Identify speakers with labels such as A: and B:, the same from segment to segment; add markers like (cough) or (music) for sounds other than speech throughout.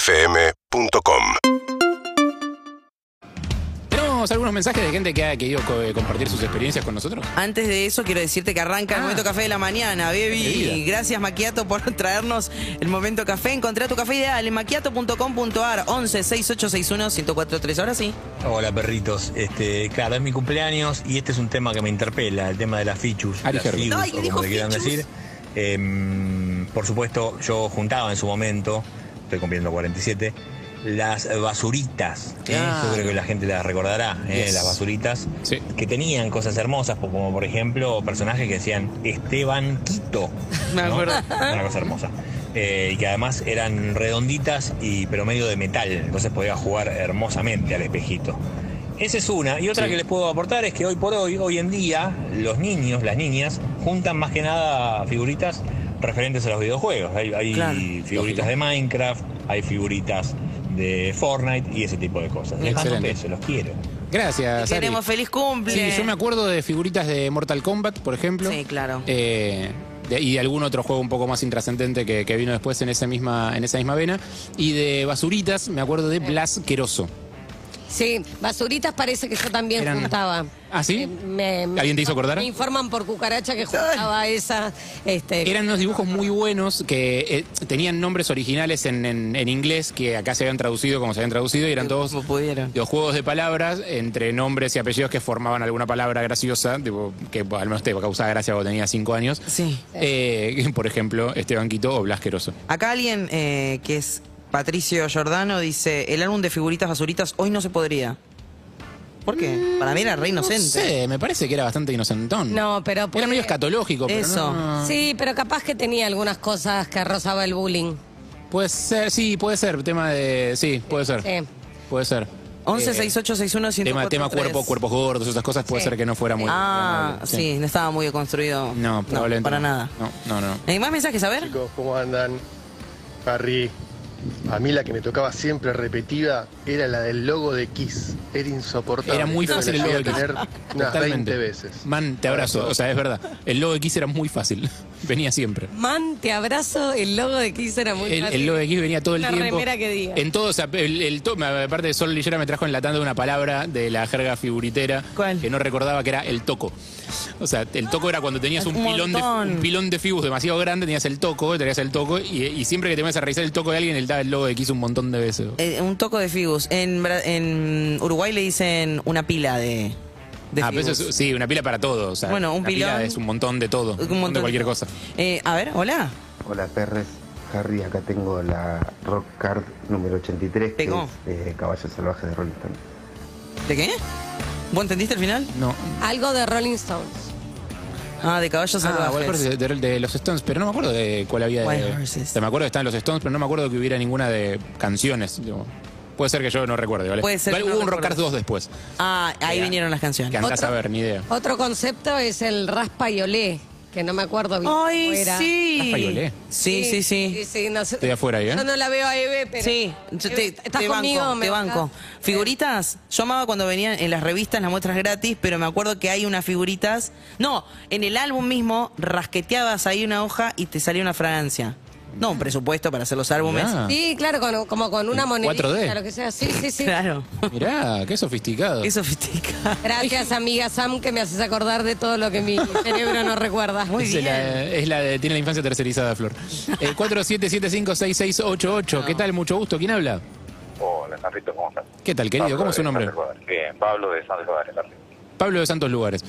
A: UrbanaPlayFM.com
B: Tenemos algunos mensajes de gente que ha querido co- eh, compartir sus experiencias con nosotros.
C: Antes de eso, quiero decirte que arranca el
B: Ah.
C: momento café de la mañana,
B: Qué
C: baby.
B: vida.
C: Gracias, Maquiato, por traernos el momento café. Encontrá tu café ideal en maquiato.com.ar 11 6861 1043. Ahora sí.
D: Hola perritos, este, claro, es mi cumpleaños y este es un tema que me interpela, el tema de las fichus,
B: Ari
D: las
B: Gerber.
D: fibus,
C: Ay,
D: o
C: dijo
D: como le quieran
C: fichus.
D: decir. Em, por supuesto, yo juntaba en su momento, estoy cumpliendo 47, las basuritas. ¿eh?
C: Claro.
D: Yo creo que la gente las recordará, ¿eh?
B: Yes.
D: las basuritas,
B: Sí.
D: que tenían cosas hermosas, como por ejemplo personajes que decían Esteban Quito.
C: (laughs) Me
D: ¿no?
C: acuerdo.
D: Una cosa hermosa. Eh, y que además eran redonditas y pero medio de metal, entonces podía jugar hermosamente al espejito. Esa es una. Y otra
B: Sí.
D: que les puedo aportar es que hoy por hoy, hoy en día, los niños, las niñas, juntan más que nada figuritas referentes a los videojuegos. Hay, hay
C: Claro.
D: figuritas de Minecraft, hay figuritas de Fortnite y ese tipo de cosas. Les mando un
B: Excelente.
D: beso, los quiero.
B: Gracias,
C: Te queremos
B: Ari.
C: feliz cumple.
B: Sí, yo me acuerdo de figuritas de Mortal Kombat, por ejemplo.
C: Sí, claro.
B: Eh, de- y de algún otro juego un poco más intrascendente que, que vino después en esa, misma, en esa misma vena. Y de basuritas, me acuerdo de Blas Queroso.
E: Sí, basuritas parece que yo también
B: Eran-
E: juntaba.
B: ¿Ah, sí?
E: Eh, me- me-
B: ¿Alguien te hizo acordar?
E: Me informan por cucaracha que juntaba esa. Este,
B: Eran unos dibujos muy buenos que eh, tenían nombres originales en, en- en inglés que acá se habían traducido como se habían traducido y eran todos
C: Como pudieron.
B: los juegos de palabras entre nombres y apellidos que formaban alguna palabra graciosa, tipo, que pues, al menos te causaba gracia cuando tenías cinco años.
C: Sí.
B: Eh, (laughs) por ejemplo, Esteban Quito o Blasqueroso.
C: Acá alguien eh, que es Patricio Giordano dice: el álbum de figuritas basuritas hoy no se podría. ¿Por qué? Para mí era re inocente.
B: Mm, No sé, eh, me parece que era bastante inocentón.
E: No, pero
B: Era
E: puede-
B: medio escatológico, pero
C: Eso.
B: no-
E: Sí, pero capaz que tenía algunas cosas que rozaba el bullying.
B: Puede ser, sí, puede ser. Tema de. Sí, puede ser.
E: Sí.
B: Puede ser. Eh,
C: 11 68 61
B: Tema, tema cuerpo,
C: 1043.
B: cuerpos gordos, esas cosas, puede
E: Sí.
B: ser que no fuera muy.
C: Ah,
B: agradable,
C: sí. no estaba muy construido.
B: No, probablemente.
C: para
B: no.
C: nada.
B: No, no, no.
C: ¿Hay más mensajes? A ver.
F: Chicos, ¿cómo andan? Harry, a mí la que me tocaba siempre repetida era la del logo de Kiss. Era insoportable.
B: Era muy
F: Creo que
B: fácil el
F: la
B: logo de
F: llegué a
B: Kiss.
F: tener unas 20 veces.
B: Man, te abrazo. O sea, es verdad. El logo de Kiss era muy fácil. (laughs) Venía siempre.
E: Man, te abrazo. El logo de Kiss era muy
B: El,
E: fácil.
B: el logo de Kiss venía todo el
E: Una
B: tiempo.
E: remera que diga.
B: En todo, o sea, el, el to- aparte de Sol Lillera me trajo enlatando una palabra de la jerga figuritera
C: ¿Cuál?
B: que no recordaba que era el toco. O sea, el toco era cuando tenías un,
C: Un
B: pilón de,
C: montón.
B: un pilón de fibus demasiado grande, tenías el toco, tenías el toco, y, y siempre que te ibas a revisar el toco de alguien, él daba el logo de Kiss un montón de veces.
C: Eh, un toco de figus. En, Bra- en Uruguay le dicen una pila de, de
B: Ah,
C: figus.
B: pero eso es- sí, una pila para todo. O sea,
C: Bueno, un
B: una pila
C: pilón.
B: es un montón de todo, un
C: Un
B: montón
C: montón
B: de cualquier cosa.
C: Eh, a ver, hola.
G: Hola Perres, Harry, acá tengo la Rock Card número 83, que
C: Pegó.
G: es eh, Caballo Salvaje de Rolling Stone.
C: ¿De qué? ¿Vos entendiste el final?
B: No,
E: Algo de Rolling Stones.
C: Ah, de caballos
B: Ah, Wild
C: salvajes.
B: Horses de, de los Stones, pero no me acuerdo de cuál había de.
C: Wild Horses.
B: o sea, me acuerdo que estaban los Stones, pero no me acuerdo que hubiera ninguna de canciones. digo. Puede ser que yo no recuerde, ¿vale?
C: Puede ser
B: Igual
C: que no
B: hubo un Rock
C: recuerdes.
B: Cars 2 después.
C: ah, ahí
B: Mira.
C: vinieron las
B: Que
C: canciones.
B: andás
E: Otro-
B: a ver, ni idea.
E: Otro concepto es el raspa y olé, que no me acuerdo bien cómo
C: Ay,
E: era.
B: Rafa y
C: sí.
B: Olé.
C: Sí, sí,
E: Sí,
C: sí.
E: sí, no sé.
B: Estoy afuera ahí, ¿eh?
E: Yo no la veo a Eve, pero.
C: Sí, yo te,
E: Eve, ¿Estás
C: te
E: conmigo?
C: banco,
E: ¿Me
C: te
E: bancás?
C: banco. Figuritas, yo amaba cuando venían en las revistas las muestras gratis, pero me acuerdo que hay unas figuritas. No, en el álbum mismo rasqueteabas ahí una hoja y te salía una fragancia. No, un presupuesto para hacer los álbumes.
B: Mirá.
E: Sí, claro, con- como con una
B: En
E: moneda.
B: 4D.
E: Lo que sea. Sí, sí, sí.
B: (laughs)
C: Claro.
B: Mirá, qué sofisticado.
C: Qué sofisticado.
E: Gracias, amiga Sam, que me haces acordar de todo lo que mi cerebro no recuerda.
B: es, La, es la de, tiene la infancia tercerizada,
C: (laughs)
B: Flor. Eh, 47756688. ¿Qué tal? Mucho gusto. ¿Quién habla?
H: Hola, Sanrito, ¿cómo estás?
B: ¿Qué tal, querido?
H: Pablo
B: ¿Cómo es su
H: de
B: nombre?
H: Santos Lugares. Bien, Pablo de Santos Lugares, Santi.
B: Pablo de Santos Lugares.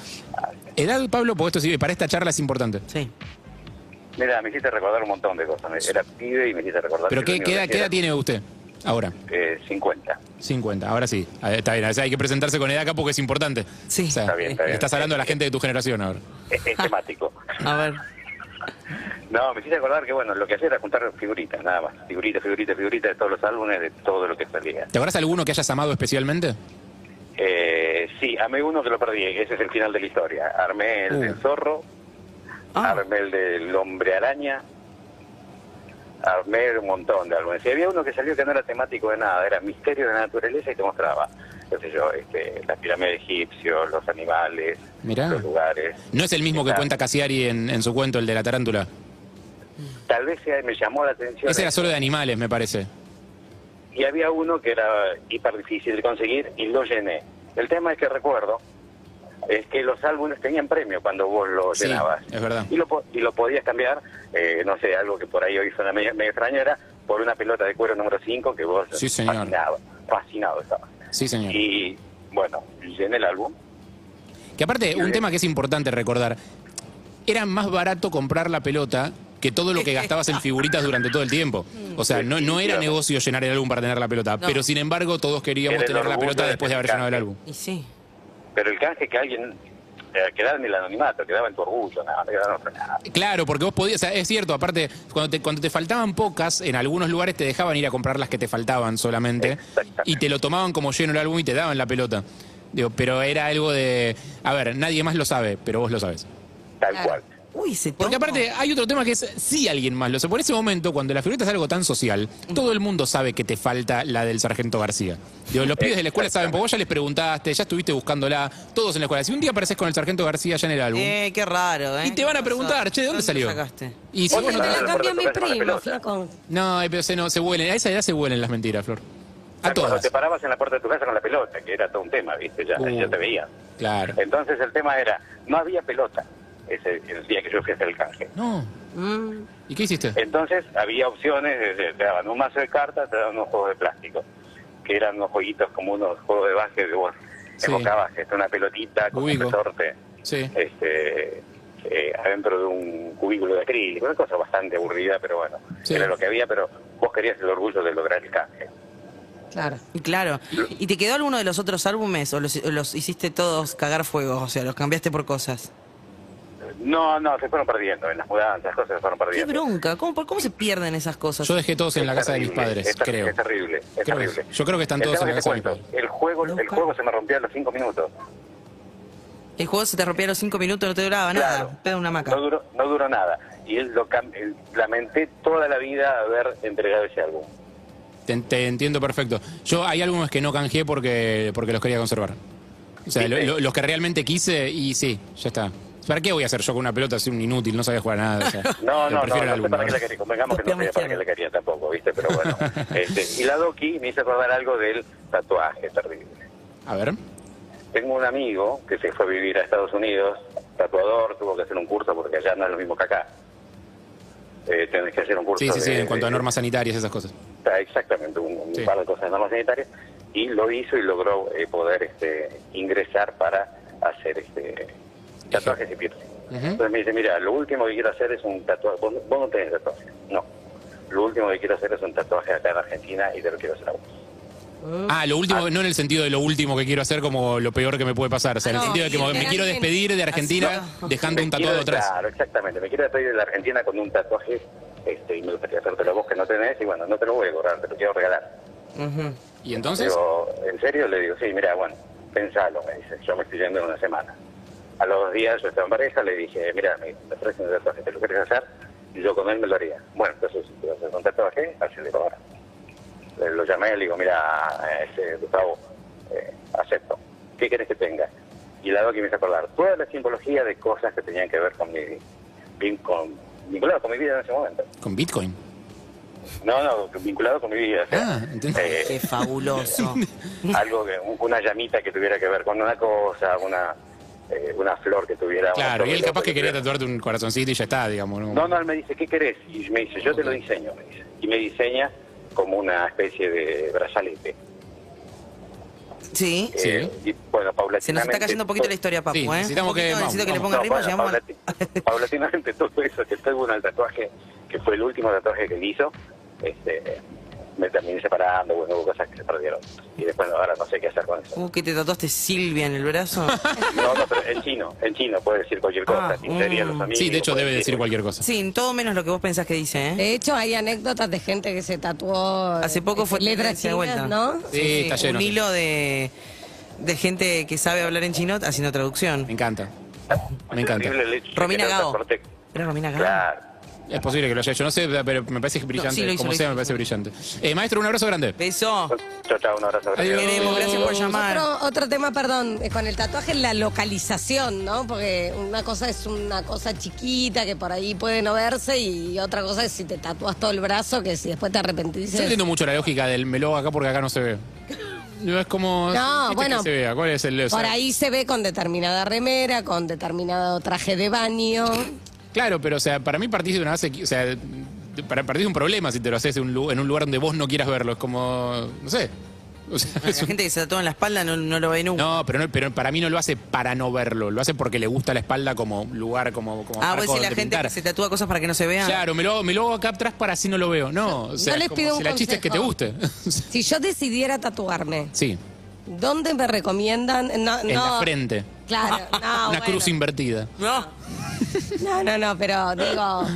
B: Edad, Pablo, porque esto sí, para esta charla es importante.
C: Sí.
H: Mira, me hiciste recordar un montón de cosas. Me- Era pibe y me hiciste recordar.
B: ¿Pero qué,
H: que lo
B: qué
H: único
B: edad-
H: que
B: qué edad
H: hacía
B: tiene usted ahora?
H: era, eh, 50.
B: 50, ahora sí. A ver, Está bien, a veces hay que presentarse con edad acá porque es importante.
C: Sí.
B: O sea,
H: Está bien, Eh, está bien.
B: Estás hablando a la gente de tu generación ahora. (laughs)
H: Es, es temático.
C: A ver.
H: No, me hiciste recordar que, bueno, lo que hacía era juntar figuritas, nada más. Figuritas, figuritas, figuritas de todos los álbumes, de todo lo que salía.
B: ¿Te acuerdas alguno que hayas amado especialmente?
H: Eh, sí, amé uno que lo perdí, ese es el final de la historia. Armé el
B: Uh.
H: del zorro,
C: Ah.
H: armé el del hombre araña, armé un montón de álbumes. Y había uno que salió que no era temático de nada, era misterio de la naturaleza y te mostraba, qué sé yo, este, las pirámides egipcios, los animales,
B: Mirá.
H: los lugares.
B: No es el mismo que
H: Está.
B: cuenta Cassiari en, en su cuento, el de la tarántula.
H: Tal vez sea- me llamó la atención.
B: Ese era solo de animales, me parece.
H: y había uno que era hiper difícil de conseguir y lo llené. El tema es que recuerdo es que los álbumes tenían premio cuando vos lo
B: Sí,
H: llenabas.
B: es verdad.
H: Y lo, po- y lo podías cambiar, eh, no sé, algo que por ahí hoy suena medio, medio extraño, era por una pelota de cuero número 5 que vos
B: Sí, señor.
H: fascinado, fascinado estabas.
B: Sí, señor.
H: Y bueno, llené el álbum.
B: Que aparte, un tema que es importante recordar, era más barato comprar la pelota que todo lo que gastabas en figuritas durante todo el tiempo. O sea, no, no era negocio llenar el álbum para tener la pelota,
C: No.
B: pero sin embargo todos queríamos
H: Era el
B: tener la
H: orgullo
B: pelota
H: de
B: después de haber llenado el álbum.
C: Y sí.
H: Pero el canje que alguien eh, quedaba en el anonimato, quedaba en tu orgullo, nada, no quedaba en otro, nada.
B: Claro, porque vos podías, o sea, es cierto, aparte, cuando te, cuando te faltaban pocas, en algunos lugares te dejaban ir a comprar las que te faltaban solamente
H: Exactamente.
B: y te lo tomaban como lleno el álbum y te daban la pelota. Digo, pero era algo de, a ver, nadie más lo sabe, pero vos lo sabes.
H: Tal
E: Claro.
H: cual.
C: Uy, se Eh,
B: Porque
C: tomó.
B: aparte hay otro tema que es si alguien más lo sabe. Por ese momento, cuando la figurita es algo tan social, todo el mundo sabe que te falta la del sargento García. Digo, los pibes de la escuela saben, porque vos ya les preguntaste, ya estuviste buscándola, todos en la escuela. Si un día apareces con el sargento García ya en el álbum,
C: Eh, qué raro, ¿eh?
B: y te van a
C: ¿Qué
B: preguntar,
C: pasó?
B: che, ¿de dónde salió?
C: lo sacaste?
B: Y si vos
H: Oye,
E: Bueno,
B: no
E: te
B: tenés-
E: la cambio a mi primo, flaco.
B: No, eh, pero se, no, se huelen, a esa edad se huelen las mentiras, Flor. A
H: Cuando
B: todas.
H: te parabas en la puerta de tu casa con la pelota, que era todo un tema, ¿viste? Ya,
B: Uh.
H: ya te veían.
B: Claro.
H: Entonces el tema era, no había pelota ese, el día que yo fui a hacer el canje.
B: No.
E: Mm.
B: ¿Y qué hiciste?
H: Entonces había opciones, eh, te- te daban un mazo de cartas, te daban unos juegos de plástico, que eran unos jueguitos como unos juegos de básquet que vos
B: Sí.
H: evocabas, este, una pelotita con
B: Ubico.
H: un resorte
B: Sí.
H: este, eh, adentro de un cubículo de acrílico, una cosa bastante aburrida, pero bueno,
B: Sí.
H: era lo que había, pero vos querías el orgullo de lograr el canje.
E: Claro.
C: Y Claro. ¿Y te quedó alguno de los otros álbumes o los, o los hiciste todos cagar fuego? O sea, los cambiaste por cosas.
H: No, no, se fueron perdiendo, en las mudanzas, cosas se fueron
C: Qué
H: perdiendo.
C: bronca. ¿Cómo, por- cómo se pierden esas cosas?
B: Yo dejé todos en la
H: Es
B: casa de mis
H: terrible,
B: padres,
H: es ter-
B: creo.
H: Es terrible, es
B: Creo que-
H: terrible.
B: yo creo que están
H: El
B: todos
H: tema
B: en la
H: que te
B: casa de mi
H: cuento, El juego, el
C: Loca.
H: juego se me rompió a los cinco minutos.
C: Ah, El juego se te rompía a los cinco minutos, no te duraba
H: Claro.
C: nada. Pega una maca.
H: No duró, no duró nada. Y él lo cam- él- lamenté toda la vida haber entregado ese álbum.
B: Te, te entiendo perfecto. Yo hay álbumes que no canjeé porque, porque los quería conservar. O sea, lo- lo- los que realmente quise y sí, ya está. ¿Para qué voy a hacer yo con una pelota así un inútil? No sabía jugar a nada. o sea, yo
H: (laughs) No, no,
B: prefiero
H: no,
B: el
H: no sé
B: álbum,
H: para qué
B: la
H: la
B: verdad.
H: quería, convengamos que no
C: Copiame
H: sabía para qué la quería tampoco, ¿viste? Pero
B: (laughs)
H: bueno. Este, y la Doki me hizo acordar algo del tatuaje terrible.
B: A ver.
H: Tengo un amigo que se fue a vivir a Estados Unidos, tatuador, tuvo que hacer un curso porque allá no es lo mismo que acá. Eh, tenés que hacer un curso.
B: Sí, sí, sí,
H: de-
B: en cuanto a
H: de-
B: normas sanitarias, esas cosas.
H: Ah, Exactamente, un, un
B: Sí.
H: par de cosas de normas sanitarias. Y lo hizo y logró eh, poder este, ingresar para hacer este tatuajes y piercing. Entonces me dice, mira, lo último que quiero hacer es un tatuaje. ¿Vos, no- vos no tenés tatuaje. No. Lo último que quiero hacer es un tatuaje acá en Argentina y te lo quiero hacer a vos.
B: Ah, lo último, no en el sentido de lo último que quiero hacer como lo peor que me puede pasar. O sea, en el
E: No,
B: sentido de que me- me quiero
E: literalmente.
B: despedir de Argentina
C: Así no.
B: dejando un
H: Me
B: tatuado
H: quiero-
B: atrás.
H: Claro, exactamente. Me quiero despedir de la Argentina con un tatuaje este, y me gustaría hacértelo a vos que no tenés. Y bueno, no te lo voy a cobrar, te lo quiero regalar.
C: Ujú.
B: ¿Y entonces?
H: Digo, ¿en serio? Le digo, sí, mira, bueno, pensalo, me dice, yo me estoy yendo en una semana. A los dos días yo estaba en pareja, le dije, mira, me ofrecen un tatuaje, ¿te lo quieres hacer? Y yo con él me lo haría. Bueno, entonces, si te vas a hacer un tatuaje, hazle ahora. Le- Lo llamé y le digo, mira, este, Gustavo, eh, acepto. ¿Qué quieres que tenga? Y la que me hizo acordar toda la simbología de cosas que tenían que ver con mi, vin- con, vinculado con mi vida en ese momento.
B: Con Bitcoin.
H: No, no, vinculado con mi vida. o sea,
B: Ah, entiendo.
H: eh,
B: (laughs)
C: Qué fabuloso.
H: (laughs) algo que un- una llamita que tuviera que ver con una cosa, una eh, una flor que tuviera una
B: Claro,
H: flor
B: y él
H: loco
B: capaz que quería
H: tuviera-
B: tatuarte un corazoncito y ya está, digamos. ¿no?
H: No, no, él me dice, "¿Qué querés?" Y me dice, "Yo te lo diseño." me dice. Y me diseña como una especie de brazalete.
C: Sí.
B: Sí.
H: Eh, y bueno, paulatinamente
C: Se nos está cayendo un poquito la historia, Papu,
B: Sí,
C: ¿eh?
B: necesitamos
C: Un poquito,
B: que- vamos,
C: necesito que le
B: vamos.
H: No,
C: ponga ritmo,
H: bueno,
C: llegamos al-
H: paulati- (laughs) paulatinamente todo eso que estoy bueno el tatuaje, que fue el último tatuaje que hizo, este me terminé separando, bueno, hubo cosas que se perdieron. Y después no, ahora no sé qué hacer con eso.
C: Uh, que te tatuaste Silvia en el
B: (laughs)
C: brazo.
H: No, no, pero en chino, en chino puede decir cualquier cosa,
C: Ah,
H: sinceridad,
C: mm.
H: los amigos.
B: Sí, de hecho
H: puede
B: debe decir cualquier cosa.
C: sí, en todo menos lo que vos pensás que dice, ¿eh?
E: De hecho, hay anécdotas de gente que se tatuó. eh,
C: Hace poco fue
E: letras
C: tendencia de vuelta.
E: chinas, ¿no?
B: Sí, está lleno.
C: Un hilo de, de gente que sabe hablar en chino haciendo
B: Me
C: traducción.
B: encanta. Me encanta.
H: Terrible el hecho de
C: Romina
H: tener
C: Gao.
H: transporte-
C: Era Romina Gao.
H: Claro.
B: Es posible que lo haya hecho, no sé, pero me parece brillante.
C: sí, lo hizo,
B: Como
C: lo
B: sea,
C: hizo,
B: me parece
C: lo
B: brillante. Eh, maestro, un abrazo grande.
C: Beso.
H: Chao, chao, un abrazo.
B: Adiós.
C: Queremos, gracias por llamar.
E: (laughs) Otro, otro tema, perdón, eh, con el tatuaje, la localización, ¿no? Porque una cosa es una cosa chiquita que por ahí puede no verse y otra cosa es si te tatúas todo el brazo, que si después te arrepentís.
B: Yo
E: es-
B: entiendo mucho la lógica del me lo hago acá porque acá no se ve. No es como. ¿viste
E: No,
B: que
E: bueno,
B: se vea? ¿Cuál es el.? o sea,
E: Por ahí se ve con determinada remera, con determinado traje de baño.
B: Claro, pero o sea, para mí partís de una base. que- O sea, de- para partís de un problema si te lo haces en un, lu- en un lugar donde vos no quieras verlo. Es como. No sé. O sea, (laughs)
C: La
B: es un-
C: gente que se tatúa en la espalda no, no lo ve nunca.
B: No, pero, no- pero para mí no lo hace para no verlo, lo hace porque le gusta la espalda como lugar, como, como
C: ah,
B: marco
C: vos decís la
B: donde
C: gente
B: pintar.
C: que se tatúa cosas para que no se vean.
B: Claro, me lo, hago- me lo hago acá atrás para así no lo veo. No, o sea,
E: les
B: como
E: pido
B: si
E: un
B: la chiste es que te
E: consejo.
B: guste. (laughs)
E: Si yo decidiera tatuarme,
B: sí,
E: ¿dónde me recomiendan? No,
B: en
E: no,
B: la frente. Ah,
E: Claro, no,
B: Una
E: bueno.
B: cruz invertida.
C: No.
E: No, no, no, pero digo,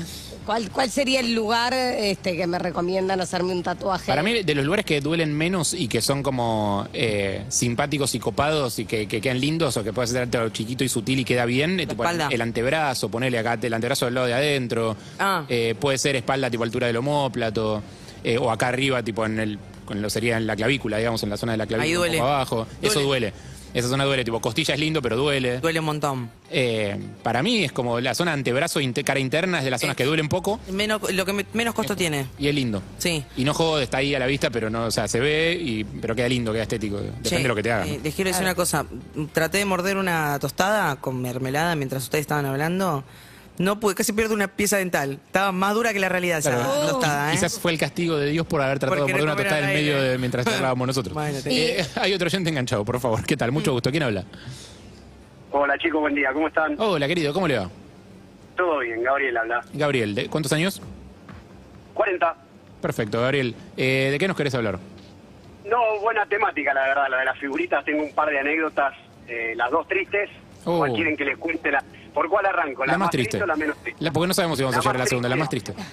E: ¿cuál, cuál sería el lugar este, que me recomiendan hacerme un tatuaje?
B: Para mí, de los lugares que duelen menos y que son como eh, simpáticos y copados y que, que quedan lindos o que puedes hacer algo chiquito y sutil y queda bien, eh, tipo,
C: espalda.
B: el antebrazo, ponele acá el antebrazo del lado de adentro.
C: Ah.
B: Eh, puede ser espalda tipo altura del homóplato eh, o acá arriba, tipo en el, con lo sería en la clavícula, digamos, en la zona de la clavícula.
C: Ahí
B: un
C: duele.
B: poco abajo. Eso
C: Duele.
B: duele. Esa zona duele, tipo costilla es lindo, pero duele.
C: Duele un montón.
B: Eh, para mí es como la zona antebrazo inte- cara interna es de las
C: Eh.
B: zonas que duelen poco
C: Menos, lo que me- menos costo tiene.
B: y es lindo.
C: Sí.
B: Y no jode, está ahí a la vista, pero no, o sea, se ve, y, pero queda lindo, queda estético. Depende
C: Che,
B: de lo que te hagan.
C: eh, les quiero decir una cosa. Traté de morder una tostada con mermelada mientras ustedes estaban hablando. No pude, casi pierdo una pieza dental. Estaba más dura que la realidad esa
B: Claro.
C: tostada, ¿eh?
B: Quizás fue el castigo de Dios por haber tratado
C: Por
B: de morder
C: querer
B: una
C: comer
B: tostada en
C: al
B: medio
C: aire.
B: de
C: (laughs)
B: mientras charlábamos nosotros.
C: Bueno, te-
B: Eh, (laughs) hay otro oyente enganchado, por favor. ¿Qué tal? Mucho gusto. ¿Quién habla?
H: Hola chicos, buen día, ¿cómo están?
B: Hola, querido. ¿Cómo le va?
H: Todo bien, Gabriel habla.
B: Gabriel. ¿de ¿Cuántos años?
H: 40.
B: Perfecto, Gabriel. Eh, ¿De qué nos querés hablar?
H: No, buena temática, la verdad, la de las figuritas. Tengo un par de anécdotas, eh, las dos tristes.
B: Oh.
H: ¿Cuál quieren que les cuente? La... ¿Por cuál arranco?
B: La, más triste.
H: o la menos triste?
B: La- porque no sabemos si vamos
H: La
B: a llegar a
H: más
B: la segunda, la más
H: triste.
B: triste.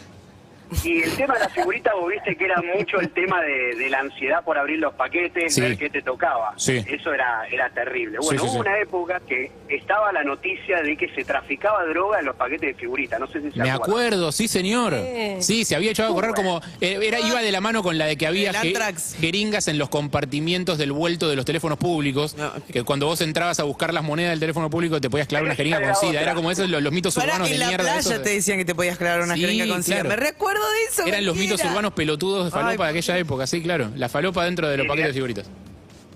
H: Y el tema de las figuritas, vos viste que era mucho el tema de, de la ansiedad por abrir los paquetes,
B: Sí.
H: ver qué te tocaba.
B: Sí.
H: Eso era, era terrible.
B: Sí,
H: Bueno,
B: sí,
H: hubo
B: sí.
H: una época que estaba la noticia de que se traficaba droga en los paquetes de figuritas. No sé si se
B: Me
H: acuerdan.
B: acuerdo, sí, señor. Sí, se había echado a correr como. eh, era, iba de la mano con la de que había
C: El
B: je-
C: Antrax.
B: jeringas en los compartimientos del vuelto de los teléfonos públicos.
C: No.
B: Que cuando vos entrabas a buscar las monedas del teléfono público te podías clavar una jeringa
H: Era
B: con sida.
H: otra.
B: Era como esos los, los mitos
C: Pará,
B: urbanos de
C: en la
B: mierda.
C: playa
B: esos de-
C: te decían que te podías crear una
B: Sí,
C: jeringa con sida.
B: claro.
C: Me recuerdo de eso.
B: Eran los
C: mentira.
B: mitos urbanos pelotudos de falopa
C: Ay,
B: de aquella época, sí, claro. La falopa dentro de los
H: Sí,
B: paquetes de
H: mira.
B: figuritas.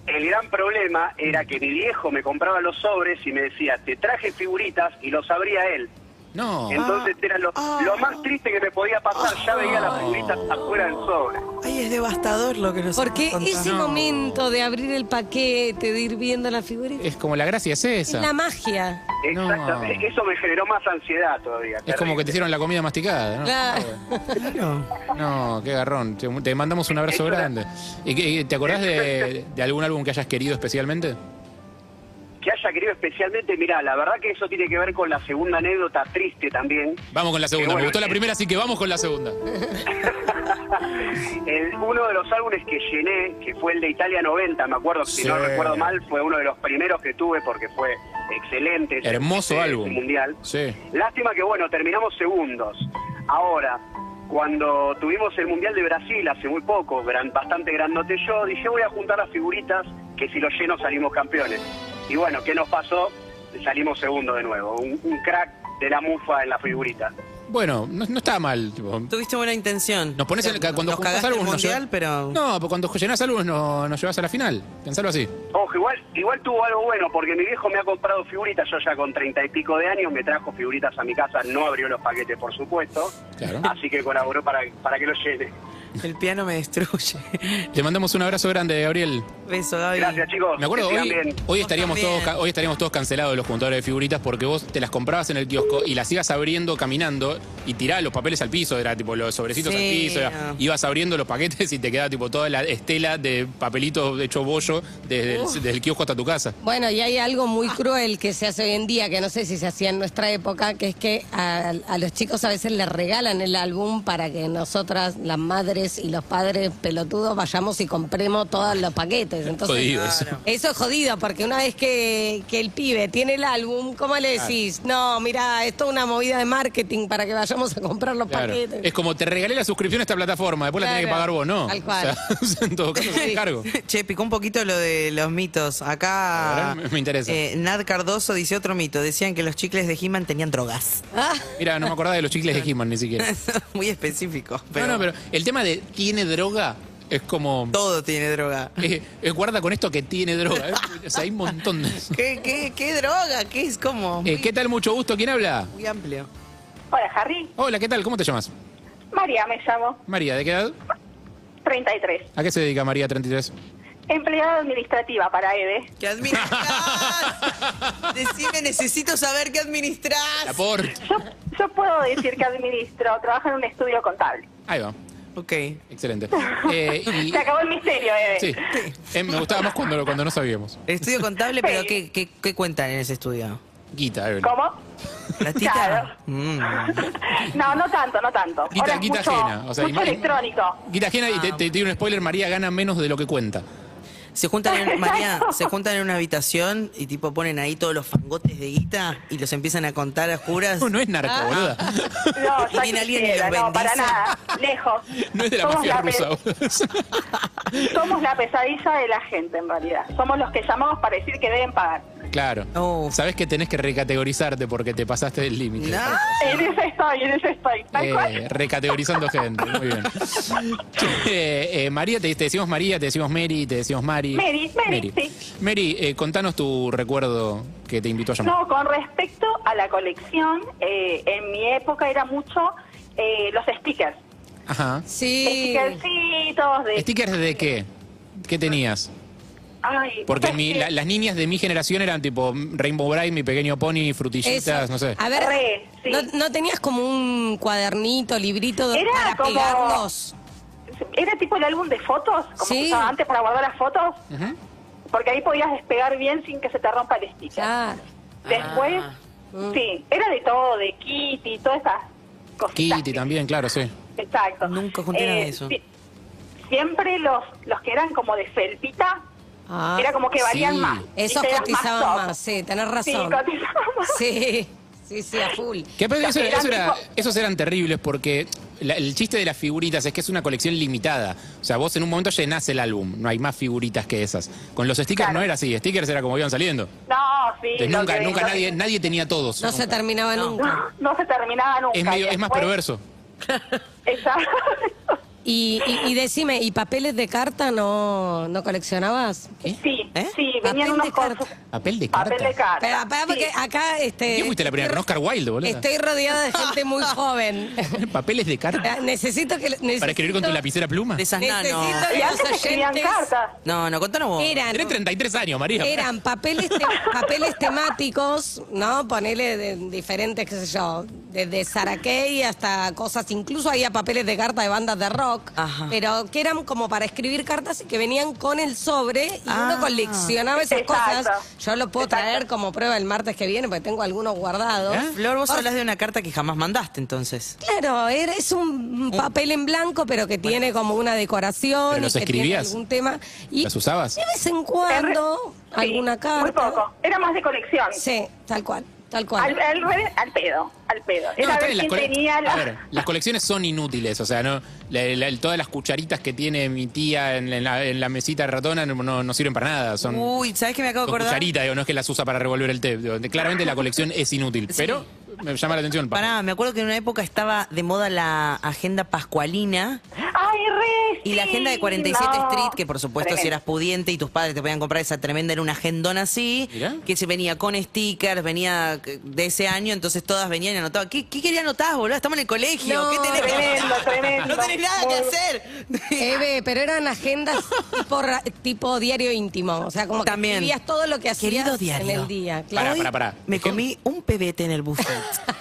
H: El gran problema era que mi viejo me compraba los sobres y me decía, te traje figuritas y los abría él.
B: No.
H: Entonces era lo, lo más triste que me podía pasar. Ya
B: Ah.
H: veía las figuritas afuera del sobre.
C: Ay, es devastador lo que nos
E: Porque
C: estás contando.
E: ese momento de abrir el paquete, de ir viendo la figurita,
B: Es como la gracia es
E: es
B: esa.
E: la magia.
B: No.
H: Exactamente. Eso me generó más ansiedad todavía.
B: Es como que te hicieron la comida masticada, ¿no? Ah,
E: Claro.
C: Claro.
B: No, qué garrón. Te, te mandamos un abrazo grande. ¿Y, qué- y te acordás de, de algún álbum que hayas querido especialmente?
H: que haya querido especialmente, mirá, la verdad que eso tiene que ver con la segunda anécdota triste también.
B: Vamos con la segunda.
H: Que bueno,
B: Me gustó la
H: eh,
B: primera, así que vamos con la segunda.
H: el- uno de los álbumes que llené, que fue el de Italia 90, me acuerdo, si
B: Sí.
H: no recuerdo mal, fue uno de los primeros que tuve porque fue excelente. ese-
B: Hermoso
H: ese
B: álbum.
H: Mundial.
B: Sí.
H: Lástima que, bueno, terminamos segundos. Ahora, cuando tuvimos el Mundial de Brasil hace muy poco, gran- bastante grandote yo, dije voy a juntar las figuritas que si los lleno salimos campeones. Y bueno, ¿qué nos pasó? Salimos segundos de nuevo. Un, un crack de la mufa en la figurita.
B: Bueno, no, no está mal. tipo.
C: Tuviste buena intención.
B: Nos pones
C: O
B: en
C: sea,
B: el- cuando
C: nos
B: juntás
C: cagaste el
B: álbumes. nos
C: mundial,
B: lle-
C: pero...
B: No, pero cuando llenás álbumes no- nos llevas a la final. Pensalo así.
H: Ojo, igual, igual tuvo algo bueno, porque mi viejo me ha comprado figuritas, yo ya con treinta y pico de años me trajo figuritas a mi casa, no abrió los paquetes, por supuesto,
B: Claro.
H: así que colaboró para, para que lo llene.
C: El piano me destruye. (laughs)
B: Te mandamos un abrazo grande, Gabriel.
C: Beso, Gaby.
H: Gracias, chicos.
B: Me acuerdo,
H: Que sigan
B: hoy,
H: bien.
B: hoy estaríamos
C: Vos
B: todos,
C: también.
B: ca- hoy estaríamos todos cancelados de los juntadores de figuritas porque vos te las comprabas en el kiosco y las ibas abriendo caminando y tirabas los papeles al piso, era tipo los sobrecitos
C: Sí,
B: al piso, era-
C: no.
B: ibas abriendo los paquetes y te quedaba tipo toda la estela de papelitos hecho bollo desde, el, desde el kiosco hasta tu casa.
E: Bueno, y hay algo muy cruel que se hace hoy en día, que no sé si se hacía en nuestra época, que es que a, a los chicos a veces les regalan el álbum para que nosotras, las madres, padres y los padres pelotudos vayamos y compremos todos los paquetes. Entonces,
B: Jodido eso.
C: Claro.
E: Eso es jodido, porque una vez que, que el pibe tiene el álbum, ¿cómo le decís? No, mira, esto es una movida de marketing para que vayamos a comprar
B: (laughs)
E: los
B: Claro.
E: paquetes.
B: Es como te regalé la suscripción a esta plataforma, después la tenés que
E: Claro.
B: pagar vos, ¿no?
E: Tal cual.
B: O sea, (laughs) en todo caso, se hace cargo.
C: (laughs) Che, picó un poquito lo de los mitos. Acá
B: A ver, me- me interesa.
C: eh, Nad Cardoso dice otro mito. Decían que los chicles de He-Man tenían drogas. (laughs)
E: Ah,
B: Mira, no me acordaba de los chicles de He-Man ni siquiera.
C: Muy específico. Pero,
B: No, no, pero el tema de tiene droga es como.
C: todo tiene droga.
B: eh, eh, guarda con esto que tiene droga. eh. O sea, hay un montón de eso.
C: ¿Qué, qué, qué droga? ¿Qué es como?
B: Eh, ¿Qué tal? Mucho gusto. ¿Quién habla?
C: Muy amplio.
H: Hola, Harry.
B: Hola, ¿qué tal? ¿Cómo te llamas?
H: María me llamo,
B: María, ¿de qué edad?
H: 33.
B: ¿A qué se dedica María 33?
H: Empleada administrativa para EDE.
C: ¿Qué
B: (laughs)
C: administrás? Decime, necesito saber qué administrás.
B: La por.
H: Yo, yo puedo decir que administro, trabajo en un estudio contable.
B: Ahí va.
C: Ok.
B: Excelente. Eh, y-
H: Se acabó el misterio, EDE.
B: sí. Eh, me gustaba más cuando, cuando no sabíamos.
C: Estudio contable, pero
H: Sí.
C: ¿qué, qué, qué cuentan en ese estudio?
B: Guita, Evelyn.
H: ¿Cómo?
C: ¿Platita?
H: Claro.
C: Mm.
H: (laughs) No, no tanto, no tanto.
B: Guita-
H: Ahora es
B: guita
H: mucho,
B: ajena, o sea,
H: mucho
B: ima-
H: electrónico.
B: Guita ajena, y te, te digo un spoiler, María gana menos de lo que cuenta.
C: Se juntan en,
H: (laughs)
C: María, se juntan en una habitación y tipo ponen ahí todos los fangotes de guita y los empiezan a contar a oscuras. Ah.
B: No, no es narco, boluda.
H: No,
C: Y
H: ya
C: viene alguien y
H: quisiera,
C: los
H: no, para
C: bendice. (laughs)
H: nada. Lejos.
B: No es de la
H: Somos
B: mafia
H: la
B: rusa. boluda. (laughs)
H: pe- Somos la pesadilla de la gente, en realidad. Somos los que llamamos para decir que deben pagar.
B: Claro.
C: Oh.
B: Sabes que tenés que recategorizarte porque te pasaste del límite.
C: No.
H: En eso estoy, en eso estoy. Tal
B: Eh,
H: cual.
B: recategorizando gente, muy
H: (laughs)
B: bien. Eh, eh, María, te, te decimos María, te decimos Mary, te decimos Mari.
H: Mary, Mary, sí.
B: Mary, eh, contanos tu recuerdo que te invitó a llamar.
H: No, con respecto a la colección, eh, en mi época era mucho eh, los stickers.
B: Ajá.
E: sí.
H: Stickercitos de...
B: ¿Stickers de qué? ¿Qué tenías?
H: Ay,
B: Porque mi- la- las niñas de mi generación eran tipo Rainbow Bright, mi pequeño pony, frutillitas,
E: Eso. Ah.
B: no sé.
E: A ver,
H: Re, sí.
E: ¿no, no tenías como un cuadernito, librito de-
H: Era
E: para
H: como-
E: pegarnos?
H: Era tipo el álbum de fotos, como
E: Sí.
H: se usaba antes para guardar las fotos,
B: Ujú.
H: porque ahí podías despegar bien sin que se te rompa el sticker.
E: Claro.
H: Después, sí, era de todo, de Kitty, todas esas cositas.
B: Kitty también, claro, sí.
H: Exacto. Eh,
C: Nunca junté nada de eso.
H: sí. Siempre los, los que eran como de felpita,
E: Ah.
H: era como que valían
B: sí.
H: más.
E: Esos
H: Y te das
E: cotizaban
H: top.
E: más, sí, tenés razón.
H: Sí, cotizaban más.
E: Sí, sí, sí, a full.
B: Que aparte eso,
H: Eran
B: eso era-
H: tipo-
B: esos eran terribles porque la- el chiste de las figuritas es que es una colección limitada. O sea, vos en un momento llenás el álbum, no hay más figuritas que esas. Con los stickers
H: Claro.
B: no era así, stickers era como iban saliendo.
H: No, sí.
B: Entonces
H: lo
B: nunca,
H: que-
B: nunca
H: lo que-
B: nadie, nadie tenía todos.
E: No se
B: Nunca.
E: terminaba nunca.
H: (laughs) No, no se terminaba nunca.
B: es, medio-
H: Y
B: es más
H: después-
B: perverso.
H: Exacto.
E: Y, y, y decime, ¿y papeles de carta no, no coleccionabas?
H: Sí,
C: ¿Eh?
H: sí,
E: Papel
H: venían unos
E: de
H: con
E: carta.
H: su-
B: Papel de carta.
H: papel de carta.
E: Pero pará, porque
H: Sí.
E: acá... Este,
B: ¿Qué fuiste la primera? Con Oscar Wilde, boludo.
E: Estoy rodeada de gente
H: (laughs)
E: muy joven.
B: (laughs)
E: (laughs)
B: Papeles de carta.
E: necesito que... Necesito,
B: Para escribir con tu lapicera pluma.
C: De esas
E: Necesito
C: nano.
E: que
H: Y
E: los
H: antes escribían
E: oyentes
H: cartas.
C: No, no, contanos vos.
E: eran...
B: Tenés 33 años, María.
E: Eran papeles, te- papeles temáticos, ¿no? Ponele de diferentes, qué sé yo, desde Sarakey hasta cosas, incluso había papeles de carta de bandas de rock,
C: Ajá.
E: pero que eran como para escribir cartas y que venían con el sobre y
C: Ah.
E: uno coleccionaba esas
H: Exacto.
E: cosas. Yo lo puedo
H: Exacto.
E: traer como prueba el martes que viene, porque tengo algunos guardados.
B: ¿Eh?
C: Flor, vos hablas de una carta que jamás mandaste entonces.
E: Claro, era- es un papel en blanco, pero que tiene como una decoración.
B: ¿Pero los
E: y que tiene
B: escribías?
E: algún tema. Y
B: ¿Las usabas?
E: De vez en
H: En re-
E: cuando,
H: sí,
E: alguna carta.
H: Muy poco. Era más de colección.
E: Sí, tal cual, tal cual.
H: Al, al, re- al pedo, al pedo.
B: No,
H: Era
B: está
H: ver
B: bien,
H: quién
B: cole-
H: tenía la...
I: (laughs)
B: a ver, las colecciones son inútiles, o sea, no la- la- el- todas las cucharitas que tiene mi tía en, en la, en la mesita de ratona no, no- no sirven para nada, son,
C: Uy, ¿sabés qué me acabo de
B: son
C: acordar?
B: cucharitas, digo, no es que las usa para revolver el té. digo, de- claramente la colección es inútil, pero me llama la atención. papá.
C: Pará, me acuerdo que en una época estaba de moda la agenda pascualina
H: Ay, re,
C: y la
H: sí,
C: agenda de 47
H: no.
C: Street, que por supuesto si
H: Tremendo.
C: eras pudiente y tus padres te podían comprar esa tremenda, era una agendona así,
B: Mirá.
C: que se venía con stickers, venía eh, de ese año, entonces todas venían y anotaban. ¿Qué, qué quería anotar, boludo? Estamos en el colegio,
E: No,
C: ¿qué tenés que
H: Tremendo,
C: anotar? (laughs) No
H: tremendo.
C: tenés nada que
H: Muy-
C: hacer.
E: Eve, pero
I: (laughs)
E: eran agendas tipo, ra- tipo diario íntimo. O sea, como que
C: También.
E: escribías todo lo que
C: Querido
E: hacías
C: diario.
E: en el día.
B: Pará,
E: Claro.
B: pará, pará.
C: (laughs) Me
B: Es que-
C: comí un pebete en el buffet.
B: (laughs)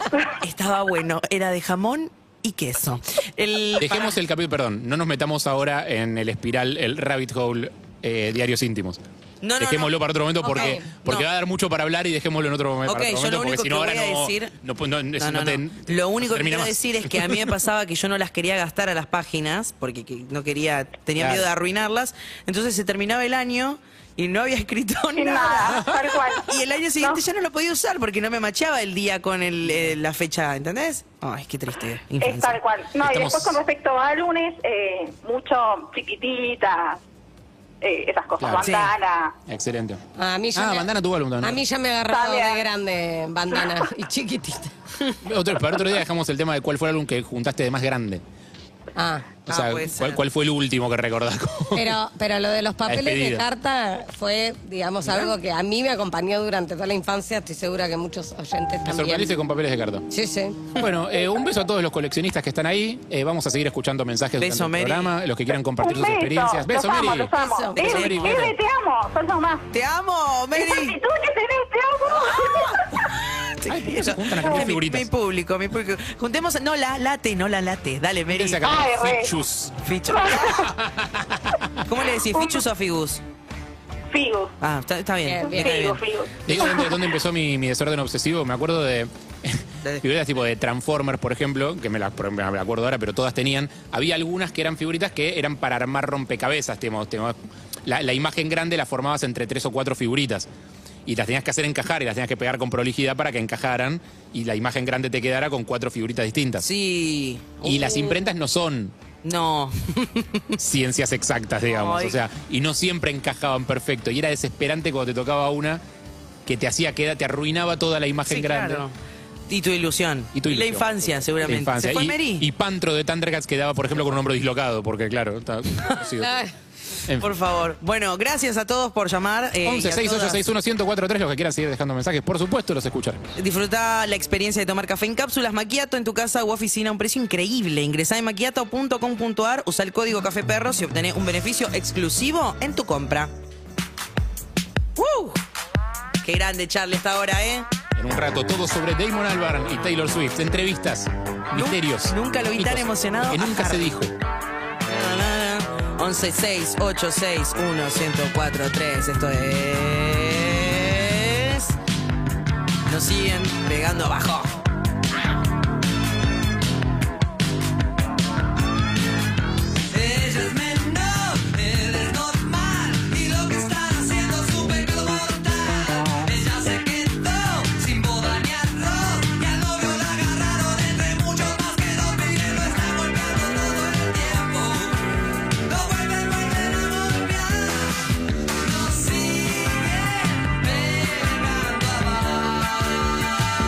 C: Estaba bueno, era de jamón y queso. El-
B: Dejemos el capítulo, perdón, no nos metamos ahora en el espiral, el rabbit hole, eh, diarios íntimos.
C: No, no,
B: dejémoslo
C: no.
B: para otro momento porque,
E: Ok,
B: porque
C: no.
B: va a dar mucho para hablar y dejémoslo en otro momento.
C: Ok,
B: para otro
C: yo lo
B: momento,
C: único
B: porque si
C: que
B: no, ahora
C: voy a
B: no-
C: decir-
B: no pu- no-
C: No,
B: eso
C: no,
B: no te-
C: no. Lo único que
B: termina
C: quiero
B: más.
C: decir es que a mí me pasaba que yo no las quería gastar a las páginas porque que- no quería, tenía
B: Claro.
C: miedo de arruinarlas. Entonces se terminaba el año y no había (laughs) escrito
I: Sin
C: nada.
I: nada, tal cual.
C: Y el año siguiente
I: No.
C: ya no lo podía usar porque no me machaba el día con el, eh, la fecha, ¿entendés? Ay, qué triste.
I: Es
C: infancia.
I: tal cual. No, y
B: Estamos-
I: después con respecto a álbumes, eh, mucho chiquititas, eh, esas cosas,
B: Claro.
C: Sí.
I: bandana.
B: Excelente.
E: A mí ya
B: Ah,
E: me-
B: bandana tuvo algún
E: A
B: también.
E: mí ya me agarraron
I: Dale,
E: de
I: a-
E: grande
I: (laughs)
E: bandana y chiquitita.
B: Otro- para otro día dejamos el tema de cuál fue el álbum que juntaste de más grande.
E: Ah.
B: O
C: Ah,
B: sea,
C: puede
B: cuál,
C: ser.
B: cuál fue el último que recordás? (laughs)
E: Pero, pero lo de los papeles de
B: despedida.
E: carta fue, digamos, algo que a mí me acompañó durante toda la infancia. Estoy segura que muchos oyentes
B: Me
E: también.
B: sorprendiste con papeles de carta.
E: Sí, sí.
B: Bueno, eh, un beso a todos los coleccionistas que están ahí. Eh, vamos a seguir escuchando mensajes
C: Beso,
B: durante el
C: Mary.
B: programa, los que quieran compartir
I: Un
B: sus
I: beso.
B: experiencias. Beso,
I: los amo,
B: Mary.
I: los amo.
E: Beso,
B: Mary,
I: Eve,
B: bueno.
I: Eve, te amo. Sos lo más.
C: Te amo,
I: Esa actitud
C: Mary.
I: que tenés, te amo.
B: Ay, ¿por qué se juntan a
C: Ay,
B: cambiar
C: mi,
B: figuritas?
C: mi público, mi público. Juntemos, no la late, no la late. Dale, Mary.
B: Júntense a cambiar
I: Ay, re.
B: fichus.
I: (laughs)
C: Fichu. ¿Cómo le decís? ¿Fichus o figus?
I: Figo.
C: Ah, está, está bien. me
E: Bien, bien.
C: cae
I: Figo,
C: bien.
I: Figo.
B: Digo,
C: (laughs)
B: ¿dónde, dónde empezó mi, mi desorden obsesivo? Me acuerdo de (laughs)
C: De-
B: figuritas tipo de Transformers, por ejemplo, que me las me las acuerdo ahora, pero todas tenían. Había algunas que eran figuritas que eran para armar rompecabezas. tipo, tipo, la, la imagen grande la formabas entre tres o cuatro figuritas. Y las tenías que hacer encajar y las tenías que pegar con prolijidad para que encajaran y la imagen grande te quedara con cuatro figuritas distintas.
C: Sí. Uh, Oh.
B: Y las imprentas no son (laughs)
C: No.
B: ciencias exactas, digamos.
C: Ay.
B: O sea, y no siempre encajaban perfecto. Y era desesperante cuando te tocaba una que te hacía queda, te arruinaba toda la imagen
C: Sí,
B: grande.
C: claro. Y tu ilusión.
B: Y tu
C: la
B: ilusión.
C: infancia, seguramente.
B: La infancia.
C: ¿Se fue
B: y,
C: Mary?
B: y Pantro de Thundercats quedaba, por ejemplo, con un hombro dislocado, porque claro,
C: (laughs)
B: está conocido.
E: Ay.
B: En
C: Por favor. Bueno, gracias a todos por llamar. eh, y a
B: 11 6 8
C: todas.
B: 6 1 1043 los que quieran seguir dejando mensajes, por supuesto, los escucharé.
C: Disfruta la experiencia de tomar café en cápsulas Maquiato en tu casa u oficina a un precio increíble. Ingresá en maquiato.com.ar, usa el código Café Perros y obtené un beneficio exclusivo en tu compra. ¡Uh! Qué grande Charlie hasta ahora, ¿eh?
B: En un rato, todo sobre Damon Albarn y Taylor Swift. Entrevistas, misterios.
C: nunca lo vi tan
B: mitos,
C: emocionado
B: Que
C: a
B: nunca se
C: Harry.
B: dijo.
C: 11 6 8 6 1 104 3 Esto es. Nos siguen pegando abajo. Ella es menor, él es normal y lo que están haciendo es un pecado mortal. Ella se quedó sin boda ni arroz y al novio la agarraron entre muchos más que dos miles. Lo está golpeando todo el tiempo. Lo vuelven, vuelven a golpear. Lo siguen pegando abajo.